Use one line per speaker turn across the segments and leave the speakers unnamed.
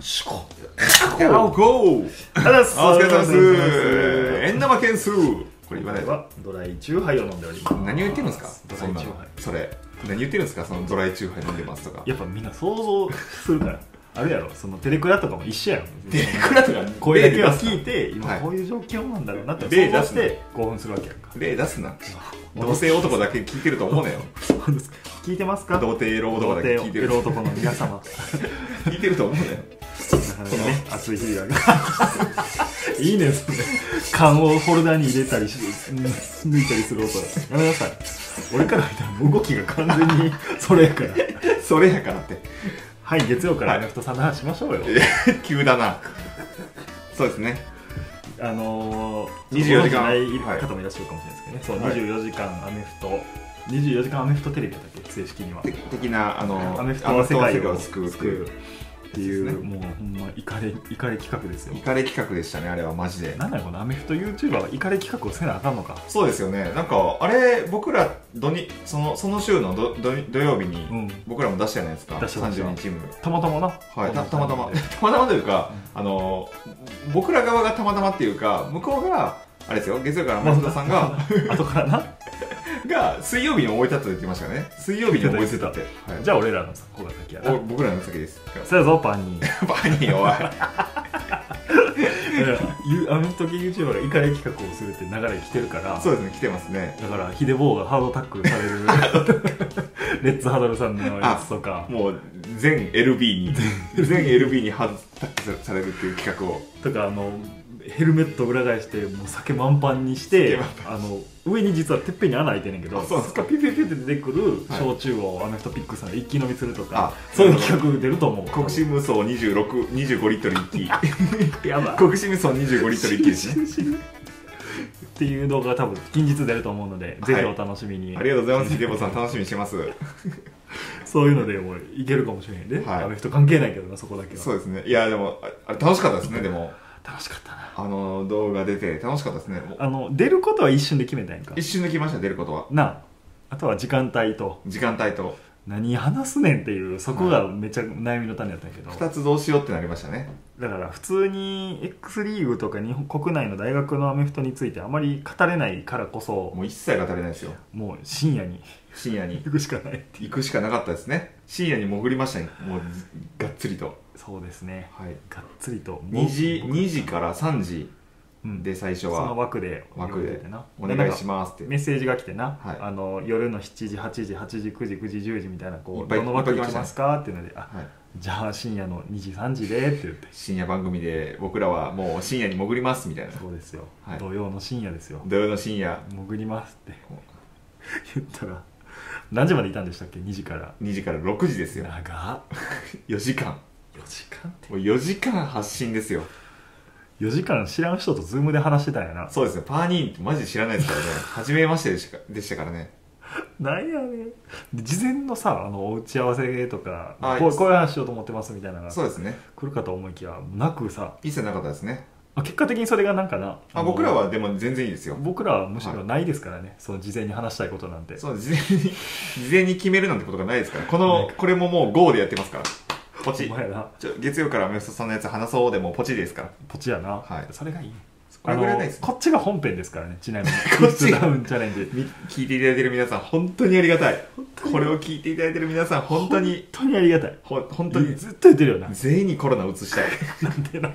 しこ
やおこう
ありがとう
あお疲れ様
ござい
です縁玉件数これ言わな
今回
いわ
はドライチューハイを飲んでおります
何を言ってるんですかそんな
ドライチュ
の
ーハイ
それ何言ってるんですかそのドライチューハイ飲んでますとか
やっぱみんな想像する からあるやろそのテレクラとかも一緒やろ
デクラとか
声だけは聞いて
は
今
い
こういう状況なんだろうなって
例
想
出
像
す
し
ね
て興奮するわけやんか
例出すな同性男だけ聞いてると思うなよ
そうですか聞いてますか
童貞エロ男だけ聞いて
エ
る
ロ男の皆様
聞いてると思うなよ
そんな話ね熱い日々が いいねそれ缶をフォルダに入れたりしうん抜いたりする音やめなさい俺から見たらもう動きが完全にそれやから
それやからって
はい月曜からアメフトさんの話しましょうよ
急だなそうですね
あのー、
24時間
ご存知ない方もいらっしゃるかもしれないですけどね、
はい
そう24時間アメフト24時間アメフトテレビだったっけ正式には
て的なあの
アメフトの世界
アメ
を
フト
救
の
う
世界を救う
っていうもうほんまイカレイカレ企画ですよ
イカレ企画でしたねあれはマジで
なんだよこのアメフト YouTuber はイカレ企画をせなあかんのか
そうですよねなんかあれ僕ら土にそのその週のどど土曜日に
うん
僕らも出したじゃないですか、
出した出した
32チーム
たまたまな
はい、たたまたま
は
たまたまというか、あの僕ら側がたまたまっていうか向こうがあれですよ月曜から松田さん が
い 後からな
が水曜日に思い立ったと言ってましたね水曜日に思い立ったって、はい、
じゃあ俺らのさこが先や
お
な
僕らの先です
そうやぞパンに
バニーおい
アメフト系 YouTuber がイカレ企画をするって流れ来てるから
そうですね来てますね
だからヒデボーがハードタックルされる レッツハドルさんのやつとか
もう全 LB に全 LB にハードタックされるっていう企画を
とかあのヘルメットを裏返してもう酒満帆にして
酒満
あの上に実はてっぺんに穴開いてんねんけど
あそうなんですか
ピュピュピュって出てくる
はい
焼酎をアメフトピックさんが一気飲みすると
あ
かそういう企画出ると思う
国士無双26 25リットル一気
やば
国士無双25リットル一気ですね
っていう動画が多分近日出ると思うので、
は
ぜ
い
ひお楽しみに
ありがとうございますヒデボさん楽しみにしてます
そういうのでもういけるかもしれへんね、
はい
アメフト関係ないけどなそこだけは
そうですねいやでもああれ楽しかったですねでも
楽しかったな
あの動画出て楽しかったですねもう
あの出ることは一瞬で決めたやんか
一瞬抜きました出ることは
なああとは時間帯と
時間帯と
何話すねんっていうそこがめちゃ悩みの種やったんやけど、
2つどうしようってなりましたね
だから普通に X リーグとか日本国内の大学のアメフトについてあまり語れないからこそ
もう一切語れないですよ
もう深夜に
深夜に
行くしかない
行くしかなかったですね深夜に潜りましたねもうがっつりと
そうですね
はい
がっつりと
2時
僕
2時から3時
うん
で最初
その
は
枠で
枠で
てな
お願いしますっ
で
て
なんかメッセージが来てな、
はい
あの夜の7時8時8時9時9時10時みたいなこ
いうっぱい
どの枠
いっぱ
行
い来まし
き
たね
ますかっていうのであ
はい
じゃあ深夜の2時3時でって言って
深夜番組で僕らはもう深夜に潜りますみたいな
そうですよ、
はい
土曜の深夜ですよ
土曜の深夜
潜りますって言ったら何時までいたんでしたっけ2時から
2時から6時ですよ
長っ
4時間
4時間って
もう4時間発信ですよ
4時間知らん人とズームで話してたんやな
そうですねパーニーンってマジで知らないですからね初めましてでしたでしたからね
なんやねんで事前のさあの打ち合わせとか
はい
こうこういう話しようと思ってますみたいなのが
そうですね
来るかと思いきやなくさ
一切なかったですね
まあ結果的にそれがなんかな
あ
の
僕らはでも全然いいですよ
僕らはむしろないですからね、その事前に話したいことなんて
そう事前に事前に決めるなんてことがないですからこの
ね
これももう GO でやってますからポチ
お前な
ちょ月曜からアメフトさんのやつ話そうでもうポチですから
ポチやな、
はい
それがいい
これぐらいないです
あのこっちが本編ですからねちなみに
こっちが
ダウンチャレンジ
み聞いていただいてる皆さん本当にありがたいこれを聞いていただいてる皆さん本当に
本当にありがたい
ほ本当に
ずっと言ってるよな
全員にコロナ移したい
なんでな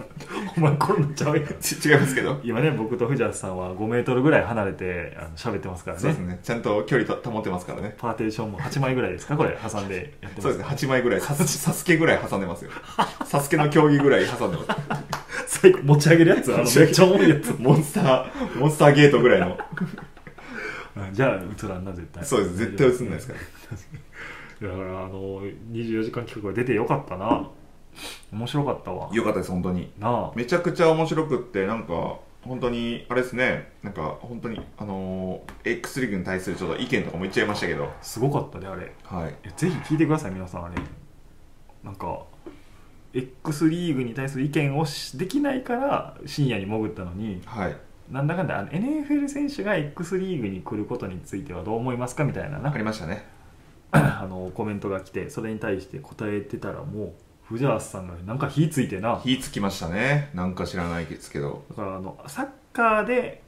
お前これめっちゃうやん
ち違いますけど
今ね僕と藤原さんは5メートルぐらい離れてあの喋ってますから
そう
ね
ですねちゃんと距離と保ってますからね
パーテーションも8枚ぐらいですかこれ挟んでやってます
そうですね8枚ぐらいサスサスケぐらい挟んでますよサスケの競技ぐらい挟んでます
最後持ち上げるやつあの めっちゃ重いやつ
モンスター、モンスターゲートぐらいの。
うんじゃあ映らんな絶対
そうです、絶対映んないですから。
だからあの24時間企画が出てよかったな面白かったわ
よかったです、本当に。
なあ
めちゃくちゃ面白くって、なんか、本当に、あれですね、なんか、本当に、あのー、X リーグに対するちょっと意見とかも言っちゃいましたけど、
すごかったであれ
はい。
えぜひ聞いてください皆さんあれなんか X リーグに対する意見をしできないから深夜に潜ったのに
はい。
なんだかんだあの NFL 選手が X リーグに来ることについてはどう思いますかみたいなな
ありましたね。
あのコメントが来てそれに対して答えてたらもう藤原さんがなんか火ついてな
火つきましたねなんか知らないですけど
だからあのサッカーで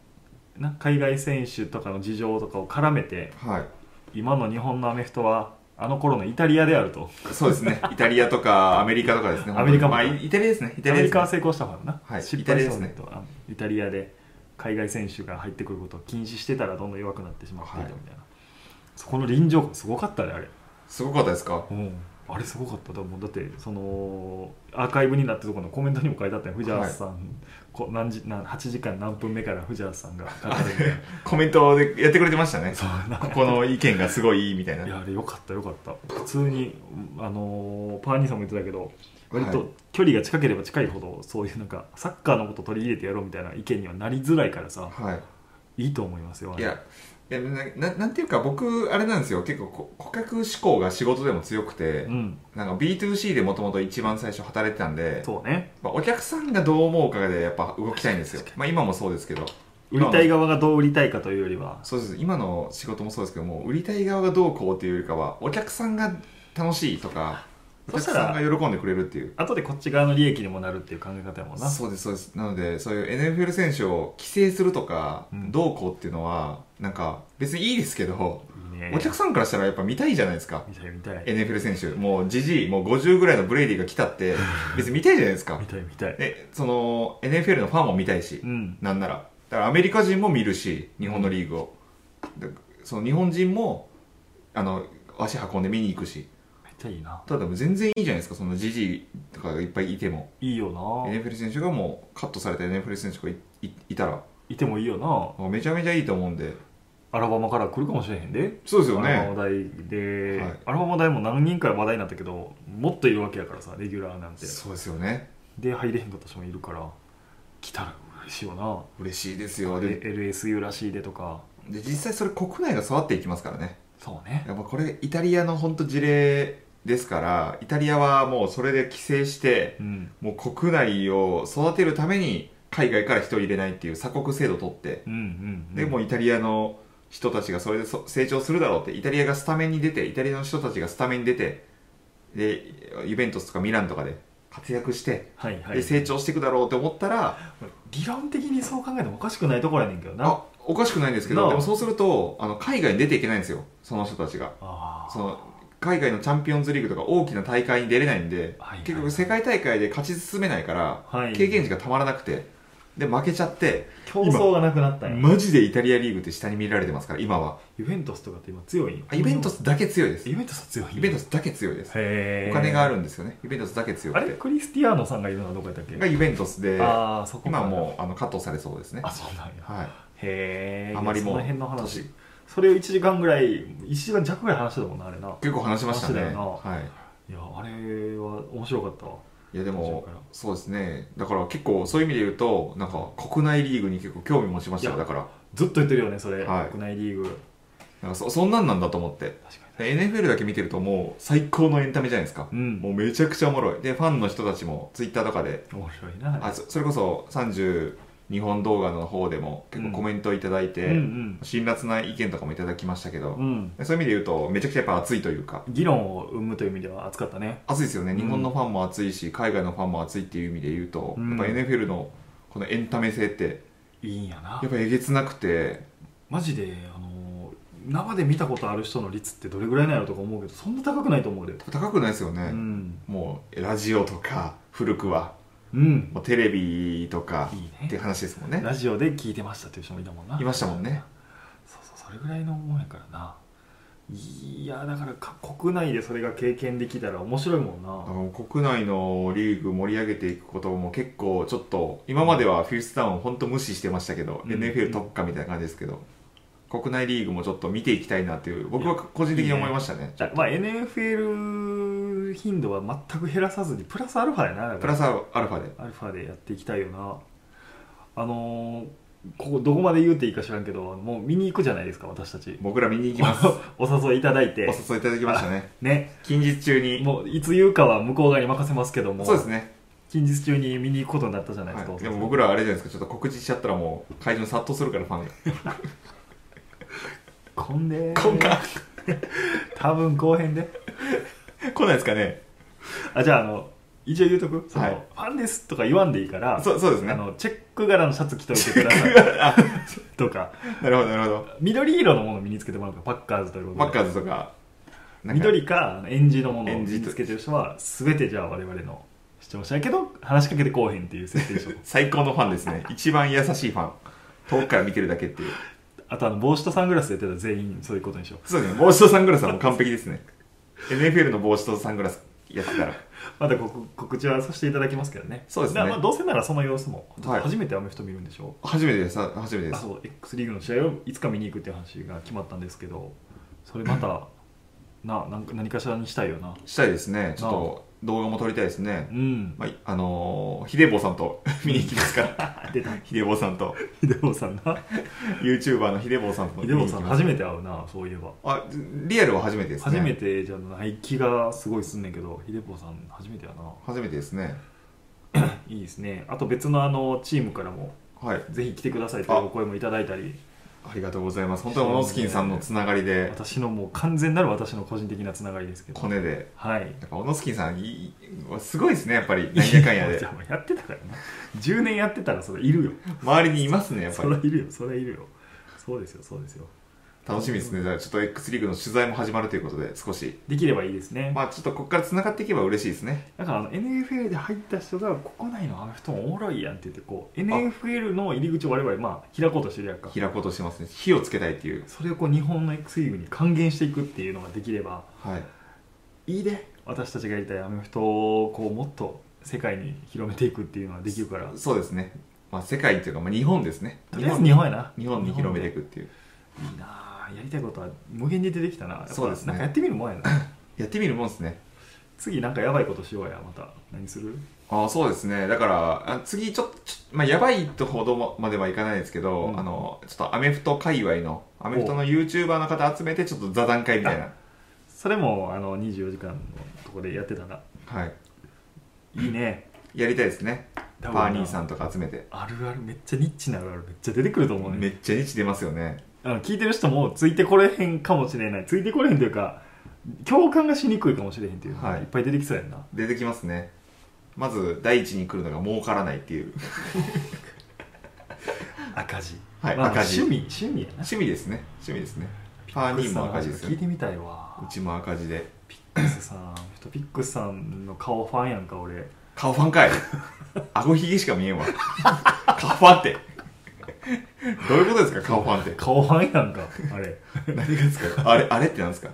な海外選手とかの事情とかを絡めて
はい
今の日本のアメフトはあの頃のイタリアであると
そうですねイタリアとかアメリカとかですね
アメリカも
まあイイタリアですねイ
ア
タリ
メ
ア
リ
です
カは
ね
成功したからな、
はい
失
イタ
敗
リア
し
で
た
すね
のとあイタリアで海外選手が入ってくることを禁止してたらどんどん弱くなってしまっていたみたいな、そこの臨場感すごかったねあれ、
すごかったですか
あれすごかっただもうだってそのアーカイブになったところのコメントにも書いてあったよ藤原さん、こ何時何8時間何分目から藤原さんが語るみ たいな
コメントでやってくれてましたね
そうなんか
ここの意見がすごいいいみたいない
やあれよかったよかった普通にあのーパーニーさんも言ってたけど割
はい
と距離が近ければ近いほどそういうなんかサッカーのこと取り入れてやろうみたいな意見にはなりづらいからさ
はい
いいと思いますよあ
い
れ
やいやなななんていうか僕あれなんですよ結構こ顧客志向が仕事でも強くて、
うん
なんか B2C でもともと一番最初働いてたんで、
そうね
まあ、お客さんがどう思うかでやっぱ動きたいんですよまあ今もそうですけど
売りたい
側
側がどう売りたいかというよりは
そうです今の仕事もそうですけども売りたい側がどうこうっていうよりかはお客さんが楽しいとか
そ
お客
した
さ
ら
んが喜んでくれるっていう
後でこっち側の利益にもなるっていう考え方やもんな
そうですそうですなのでそういう NFL 選手を規制するとか、
うん
どうこうっていうのはなんか別にいいですけど、
いいね
お客さんからしたらやっぱ見たいじゃないですか
見たい見たい
NFL 選手もうじじいもう50ぐらいのブレイディが来た って別に見たいじゃないですか
見たい見たい
でその NFL のファンも見たいし、
うん
なんならだからアメリカ人も見るし日本のリーグを、でその日本人もあの足運んで見に行くし
めっちゃいいな
ただ全然いいじゃないですかそのジジイとかがいっぱいいても
いいよな
NFL 選手がもうカットされた NFL 選手がいいいたら
いてもいいよな
めちゃめちゃいいと思うんで
アラバマから来るかもしれへんで
そうですよ
アラバ
ね
マ大で、
はい
アラバマ大も何人か話題になったけどもっといるわけやからさレギュラーなんて
そうですよね
で入れへんかった人もいるから来たら嬉しいよな
嬉しいですよ
で
で
LSU らしいでとか
で実際それ国内が育っていきますからね
そうね
やっぱこれイタリアの本当事例ですからイタリアはもうそれで規制して
うん
もう国内を育てるために海外から人を入れないっていう鎖国制度を取って
うんうん、うん、
でもうイタリアの人たちがそれでそ成長するだろうってイタリアがスタメンに出てイタリアの人たちがスタメンに出てでユベントスとかミランとかで活躍して
はいはい
で成長していくだろうって思ったら
理論的にそう考えてもおかしくないところやねんけどな
あおかしくないんですけ
な
ど
あ
でもそうするとあの海外に出ていけないんですよその人たちが。
あ
そ
ー
の海外のチャンピオンズリーグとか大きな大会に出れないんで、
はいはい
結局世界大会で勝ち進めないから、
はい
経験値がたまらなくてで負けちゃって
競争がなくなったんや
マジでイタリアリーグって下に見られてますから今は
ユベントスとかって今強いんよ
あイベントスだけ強いです
ユベントスは強い
イベント
ス
スだけ強いです
へえ
お金があ
る
るんですよねイベントスだけ強
あ
く
れ
て
クリスティアーノさんがいるのはどこやったっけ
がイベントスで
ああそこか
今はもうあのカットされそうですね
あそうなんや
はい
へえ
あまりも
その辺の話それを1時間ぐらい1時間弱ぐらい話してたもんなあれな
結構話しましたね
話だよな
はい
いやあれは面白かったわ
いやで
面白い
も
から
そうですねだから結構そういう意味で言うとなんか国内リーグに結構興味持ちましたよ
い
だ
や
から
ずっと言ってるよねそれ、
はい
国内リーグ
なんかそそんなんなんだと思って
確か
で NFL だけ見てるともう最高のエンタメじゃないですか、
にうん
もうめちゃくちゃおもろいでファンの人たちもツイッターとかで
面白いな
あそそれこそ32本動画の方でも結構コメントいただいて、
うん
辛辣な意見とかもいただきましたけど、
うんうん
でそういう意味で言うとめちゃくちゃやっぱ熱いというか
議論を生むという意味では熱かったね
熱いですよね
うん
日本のファンも熱いし、海外のファンも熱いっていう意味で言うと、
うん
やっぱ NFL のこのエンタメ性って
いいんやな
やっぱえげつなくて
マジであのー生で見たことある人の率ってどれぐらいなのとか思うけどそんな高くないと思うで
高くないですよね、
うん
もうラジオとか古くは
うん
もうテレビとか
いいね
っていう話ですもんね
ラジオで聞いてましたっていう人もいたもんない
ましたもんね
そうそうそれぐらいのもんやからないやだからか国内でそれが経験できたら面白いもん
あ
な
の国内のリーグ盛り上げていくことも結構ちょっと今まではフィフスタウンを本当無視してましたけど、
うん
NFL 特化みたいな感じですけど国内リーグもちょっと見ていきたいなっていう僕は個人的に思いましたねちょっと
まあ NFL 頻度は全く減らさずにプラスアルファやな
プラスアルファで
アルファでやっていきたいよなあのーここどこまで言うていいか知らんけどもう見に行くじゃないですか私たち
僕ら見に行きます
お誘いいただいて
お誘いいただきましたね
ね
近日中に
もういつ言うかは向こう側に任せますけども
そうですね、
近日中に見に行くことになったじゃないですか、
はい、
お父
で
さん
も僕らあれじゃないですかちょっと告知しちゃったらもう会場に殺到するからファンが
こんで
こんな
多分後編で
来ないですかね
あじゃああの一応言うとくその、
はい
ファンですとか言わんでいいから
そうそうですね
あ のチェック柄のシャツ着といてくださいと か
なるほどなるほど
緑色のもの身につけてもらうからパッカーズということ
マッカ
ズ
ーズとかなんか
緑かあのえんじのものを
えん
身
じ
に
と
つけてる人は全てじゃあ我々の視聴者やけど話しかけてこうへんっていう設定でしょ
最高のファンですね一番優しいファン遠くから見てるだけっていう
あとあの帽子とサングラスでやってたら全員そういうことにしよう
そうですね帽子とサングラスはもう完璧ですね NFL の帽子とサングラスやってたら
まだ告告知はさせていただきますけどね
そうですね
だからまあどうせならその様子も、
はい
初めてアメフト見るんでしょ
初めてですあ初めてで
あ
す
そう X リーグの試合をいつか見に行くっていう話が決まったんですけどそれま たななんか何かしらにしたいよな
したいですねちょっと動画も撮りたいですね
う、ん
まあい、あのー、ヒデボウさんと 見に行きますから
あ出 た
ヒデボウさんと
秀夫さん な
YouTuber のヒデボウさんと
秀夫さん
見に行きます
初めて会うなそういえば
あリアルは初めてですね
初めてじゃない気がすごいすんねんけど秀夫さん初めてやな
初めてですね
いいですねあと別のあのチームからも
はい
ぜひ来てくださいというお声もいただいたり
ありがとうございます本当にモノスキンさんのつながりで
私のもう完全なる私の個人的なつながりですけど
コネで
はい
やっぱ小野スキンさんいいすごいですねやっぱり何やかんやで
ややってたからな10年やってたらそれいるよ
周りにいますねやっぱ
それ
り
いるよそれいるよそうですよそうですよ
楽しみですねだからちょっと X リーグの取材も始まるということで少し
できればいいですね、
まあちょっとここからつながっていけば嬉しいですね
だからあの NFL で入った人が国内のアメフトもおもろいやんって言ってこう NFL の入り口を我々まあ開こうとしてるやんか
開こうとしてますね火をつけたいっていう
それをこう日本の X リーグに還元していくっていうのができれば
はい
いいで私たちがやりたいアメフトをこうもっと世界に広めていくっていうのはできるから
そうですねまあ世界というか、まあ、日本ですね
とりあえず日本やな
日本に広めてい
く
くっていう
いいなあやりたいことは無限に出てきたなやっぱ
そうですね
なんかやってみるもんやな
やってみるもんですね
次なんかやばいことしようやまた何する
ああそうですねだからあ次ちょっとちょまあやばいとほどまではいかないですけど、
うん
あのちょっとアメフト界隈のアメフトの YouTuber の方集めてちょっと座談会みたいな
それもあの24時間のとこでやってたら
はい
いいね
やりたいですねパ
多分
ー兄さんとか集めて
あるあるめっちゃニッチなあるあるめっちゃ出てくると思うね
めっちゃ日出ますよね
あの聞いてる人もついてこれへんかもしれないついてこれへんというか共感がしにくいかもしれへんっていうのが、
はい
い、っぱい出てきそうやんな
出てきますねまず第一に来るのが儲からないっていう
赤字
はい
まあ、
赤字
趣味趣味やな
趣味ですね趣味ですねパー兄も赤字ですよ
聞い
ね
てみたいわ
うちも赤字で
ピックスさん人ピックスさんの顔ファンやんか俺
顔ファ ンかい顎ひげしか見えんわ顔ファンってどういうことですか顔ファンって
顔ファンやんかあれ
何がですかあれあれってなんですか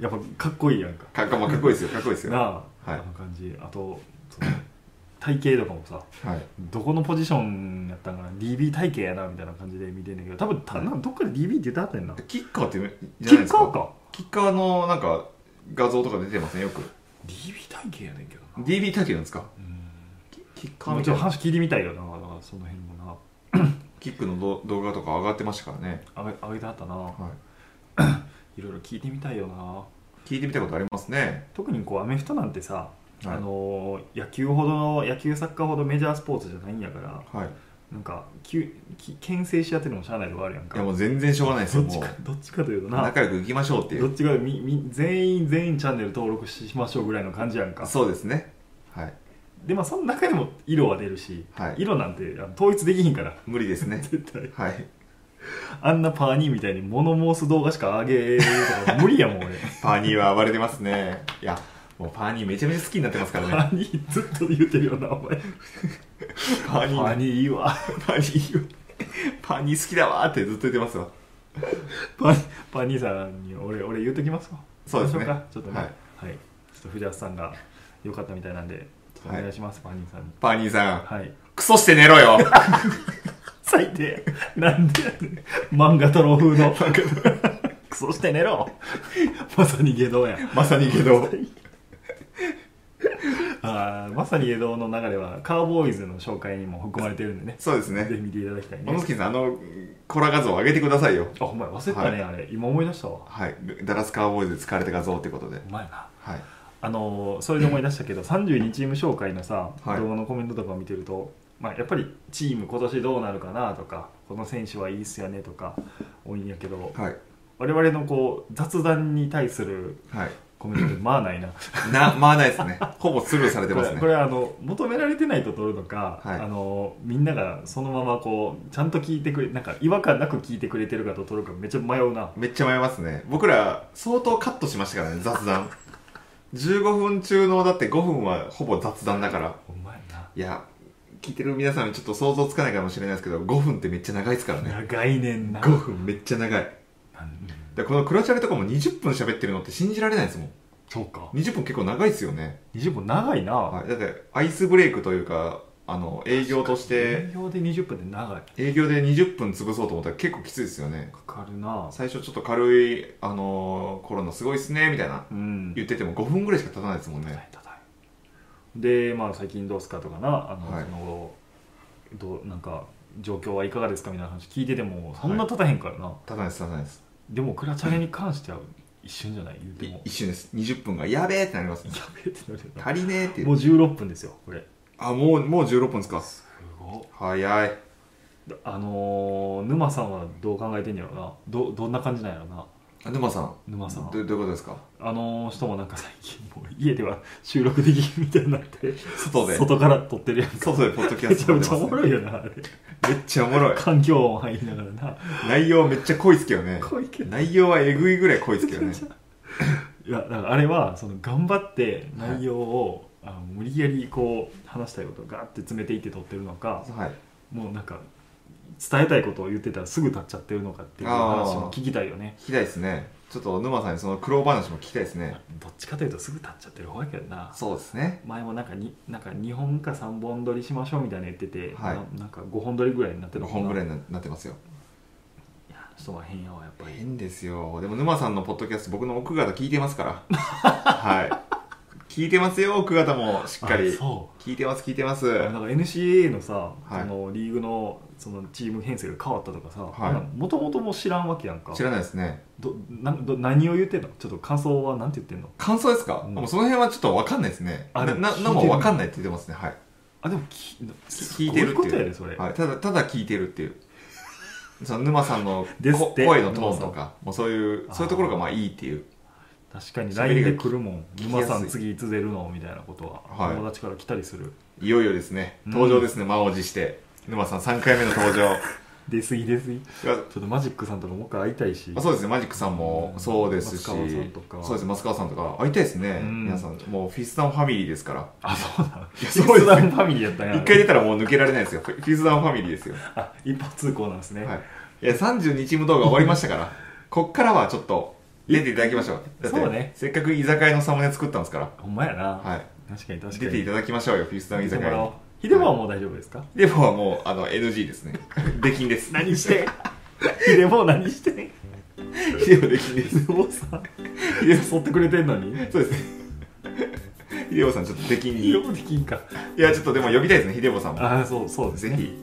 やっぱかっこいいやん か
かか,、まあ、かっこいいですよかっこいいですよ
な
は
あ、
はい
あの感じあとその体型とかもさ
い
どこのポジションやったんかな DB 体型やなみたいな感じで見てんねんけど多分たなんかどっかで DB って言ってはったんやな
キッカーってめじゃ
キ
ないで
ッ
す
カ
か
ーか
キッカーのなんか画像とか出てませんよく
DB 体型やねんけど
DB 体系なんですかキキッカー
も
み
ち
たい
ろん
な
話聞いてみたいよなだからその辺もな
キックのど動画とか上がってましたからね、
あげあげてはったな
はい、
ろいろ聞いてみたいよない
聞いてみたことありますね
特にこうアメフトなんてさ、
い
あのー野球ほどの野球サッカーほどメジャースポーツじゃないんやから
はい
なんかきゅき牽制し合ってるのもしゃあないとこあるやん
い
か
やもう全然しょうがないです
ど
よ
っち
も
かどっちかという
う
とな
仲良く行きましょうってい
どっ
う
ちかというとみみ全員全員チャンネル登録しましょうぐらいの感じやんか
そうですねはい
でまあその中でも色は出るし、
はい
色なんてあの統一できひんから
無理 ですね
絶対
はい
あんなパーニーみたいに物申す動画しか上げるとか無理やもん俺
パーニーは暴れてますねいやもうパーニーめちゃめちゃ好きになってますか
パ
らね
ーニーずっと言うてるよなお前
パーニー
パーニーいいわ
パーニーパーニー好きだわーってずっと言ってますわ
パーパーニーさんに俺俺言うときますわ
そうですね
どしよかちょっとね
は
はいい、ちょっと藤原さんが良かったみたいなんでちょっとお願いします、パーニーさんに
パーニーさん
はい
クソして寝ろよ
最低なんでやねん漫画太郎風のクソして寝ろまさに下道や
まさにけど
あーまさに下道の流れはカーボーイズの紹介にも含まれてるんでね
そうです
ぜ
ね
ひ見ていただきたい
小野
ね
月さんあのコラ画像を上げてくださいよ
あお前忘れてたね、あれ今思い出したわ
はいダラスカーボーイズで使われた画像ってことで
お前な
はい
あのーそれで思い出したけど32チー ム紹介のさ、
はい
動画のコメントとかを見てると、まあ、やっぱりチーム今年どうなるかなとかこの選手はいいっすよねとか多いんやけど
はい
我々のこう雑談に対する
はい
こコメントまあないな
なまあな いですねほぼスルーされてま
こ
す
れ
ね
これはあの求められてないと取るのか、
はい
あのみんながそのままこうちゃんと聞いてくれなんか違和感なく聞いてくれてるかと取るかめっちゃ迷うな
めっちゃ迷いますね僕ら相当カットしましたからね雑談15分中のだって5分はほぼ雑談だから
お前ない
や聞いてる皆さんちょっと想像つかないかもしれないですけど5分ってめっちゃ長いですからね
長いねんな
5分めっちゃ長い
なん
でこのクロチャレとかも20分喋ってるのって信じられないですもん
そうか
20分結構長いですよね、
20分長いな、
はい、だってアイスブレイクというかあの営業として
営業で20分で長い
営業で20分潰そうと思ったら結構きついですよね
かかるな
最初ちょっと軽い、あのーコロナすごいっすねみたいな
うん
言ってても5分ぐらいしか経たないですもん
ただ
ね
いただいでまあ最近どうすかとかなあの、
はい
その後どうなんか状況はいかがですかみたいな話聞いててもそんな立たへんからな、
経たないです経たないです
でもクラチャレに関しては一瞬じゃない言うて
い
も
一瞬です20分がやべえってなりますね
やべえってなるよな
足りねえってい
もう
う
16分ですよこれ
あもうもう16分ですか
すごっ
早い
あのー、沼さんはどう考えてんやろなどどんな感じなんやろな
あ沼さん
沼さん
どどういうことですか
あの人もなんか最近もう家では収録できんみたいになって
外で
外から撮ってるやん
外でポッドキャ
め
ス
ちゃ
ト
め
撮
ちゃお
って
も
ます
ろいよなあれ
ねめっちゃおもろい
環境音入りながらな
内容めっちゃ濃いっすけどね
濃いけど
内容はえぐいぐらい濃いっすけどね
いやだからあれはその頑張って内容を、あの無理やりこう話したいことをガーって詰めていって撮ってるのか
はい
もうなんか伝えたいことを言ってたらすぐ立っちゃってるのかっていう話も聞きたいよね
聞きたいですねちょっと沼さんにその苦労話も聞きたいですね
どっちかというとすぐ立っちゃってる方やけどな
そうですね
前もなんかになんか2本か3本撮りしましょうみたいな言ってて、
はい
ななんか5本撮りぐらいになってる
5
のか
本ぐらい
い
になってますよ
やその辺やわやっぱり
変ですよでも沼さんのポッドキャスト僕の奥方聞いてますから はい聞いてますよ奥方もしっかり
あそう
聞いてます聞いてます
なんか NCAA のさ、
い
そのリーグのそのチーム編成が変わったとかさ、
はい
もともとも知らんわけやんか
知らないですね
どなど何を言ってんのちょっと感想はなんて言ってんの
感想ですか、
うん
もうその辺はちょっと分かんないですね
あ
な
で
な
も聞いてる
なんも分かんないって言ってますねはい
あでもき
聞いてるって
こういう
い
こ
う
とやでそれ、
はい、ただただ聞いてるっていうその沼さんの
です
こ
って
声のトーンとかもうそういう
あー
そういうところがまあいいっていう
確かに
喋り
LINE
が
で来るもん
聞きやすい
沼さん次いつ出るのみたいなことは、
はい
友達から来たりする
いよいよですね
うん
登場ですね、満を持して沼さん3回目の登場い や
出過ぎ出過ぎちょっとマジックさんとかもう一回会いたいし
あそうですねマジックさんもそうです
松
し
川さんとか
そうです松川さんとか会いたいですね、
うん
皆さんもうフィスダンファミリーですから
あそうなの
いや
ス
そうですね
ダンファミリーやったんや
一回出たらもう抜けられないですよフィフィスダンファミリーですよ、は
あ一歩通行なんですね、
い、いや32チーム動画終わりましたからこっからはちょっと出ていただきましょうだって
そうね
せっかく居酒屋のサムネ作ったんですから
ほんまやな、
はい
確かに確か
出
に
ていただきましょうよ、フィースタン居酒
出てもらおう
屋
ヒデマはもう大丈夫ですか
に。でもはもう、あの、NG ですね。出禁です。
何してんヒデマは何してんヒ
ヒデオ出禁です。
デマさん誘ってくれてんのに
そうですね。ヒデオさん、ちょっと出禁に。
ヒデ
い
マできんか
や、ちょっとでも呼びたいですね、ヒデオさんも。
ああそうそうです
ぜ
ね
ひ。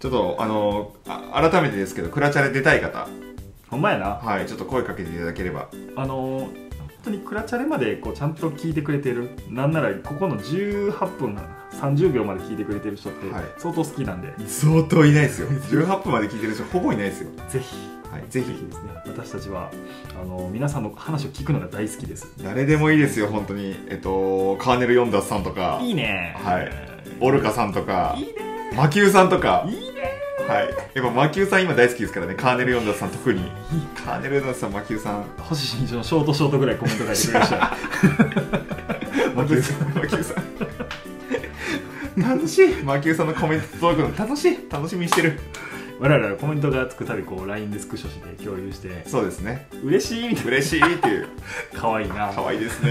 ちょっと、あの、あ改めてですけど、クラチャレ出たい方、
ほんまやな
はい、ちょっと声かけていただければ。
あのー本当にクラチャレまでこうちゃんと聞いてくれてるなんならここの18分30秒まで聞いてくれてる人って
はい
相当好きなんで、
相当いないですよ。18分まで聞いてる人、ほぼいないですよ。
ぜひ
はい、ぜ
ぜひ
ひ。
ですね私たちはあの皆さんの話を聞くのが大好きです
誰でもいいですよ、本当に。えっと、カーネル・ヨンダスさんとか、
いいね
はいオルカさんとか、
いいね
魔球さんとか、
いいね
はい、やっぱ魔球さん今大好きですからねカーネル・ヨンダスさん特にカーネル・ヨンダスさん魔球さん
星新一のショートショートぐらいコメント書いてくれましたよ マキューさん
魔球さん楽しい魔球さんのコメント届くの楽しい楽しみにしてる
我々はコメントがつくたびこう LINE でスクショして共有して
そうですね
嬉しいみたい
嬉しいっていう
な可愛いな
可愛いですね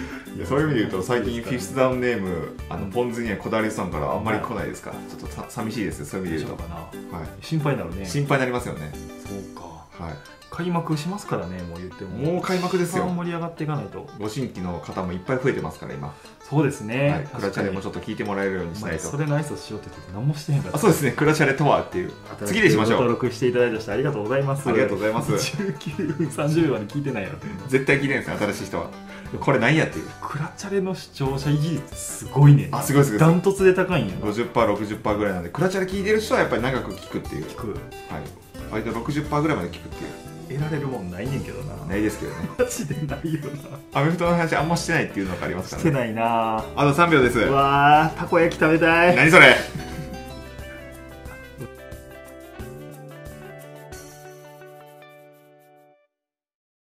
いやそういう意味で言うと最近フィフスダウンネームあのポン酢にはこだわりさんからあんまり来ないですからちょっとさ寂しいですねそういう意
大
味で
丈夫
言う
かな
と、はい、
心配になるねそう
心配になりますよね
か
はい
開幕しますからねもう言っても
もう開幕ですよ
一番盛り上がっていかないと
ご新規の方もいっぱい増えてますから今、
そうですね、
はい、クラチャレもちょっと聞いてもらえるようにし
お
な
前
いと
それの挨拶しようって言ってて何もしてへんかった
あそうですね、クラシャレとはっていう。次でしましょ
登
う。
録していただいた人ありがとうございます
ありがとうございます
19分30秒まで聞いてないよ
絶対聞いてないですね、新しい人は。これ何やっていう。
クラチャレの視聴者維持率すごいね
あすごいすごい
ダントツで高いんやな
50%、60%ぐらいなんで、クラチャレ聞いてる人はやっぱり長く聞くっていう。
聞く
はい。割と60%ぐらいまで聞くっていう。
得られるもんないねんけどな
ないですけどね
マジでないよな
アメフトの話あんましてないっていうのがあります
し
か
て
らね
ないな
あと3秒です
うわーたこ焼き食べたい
何それ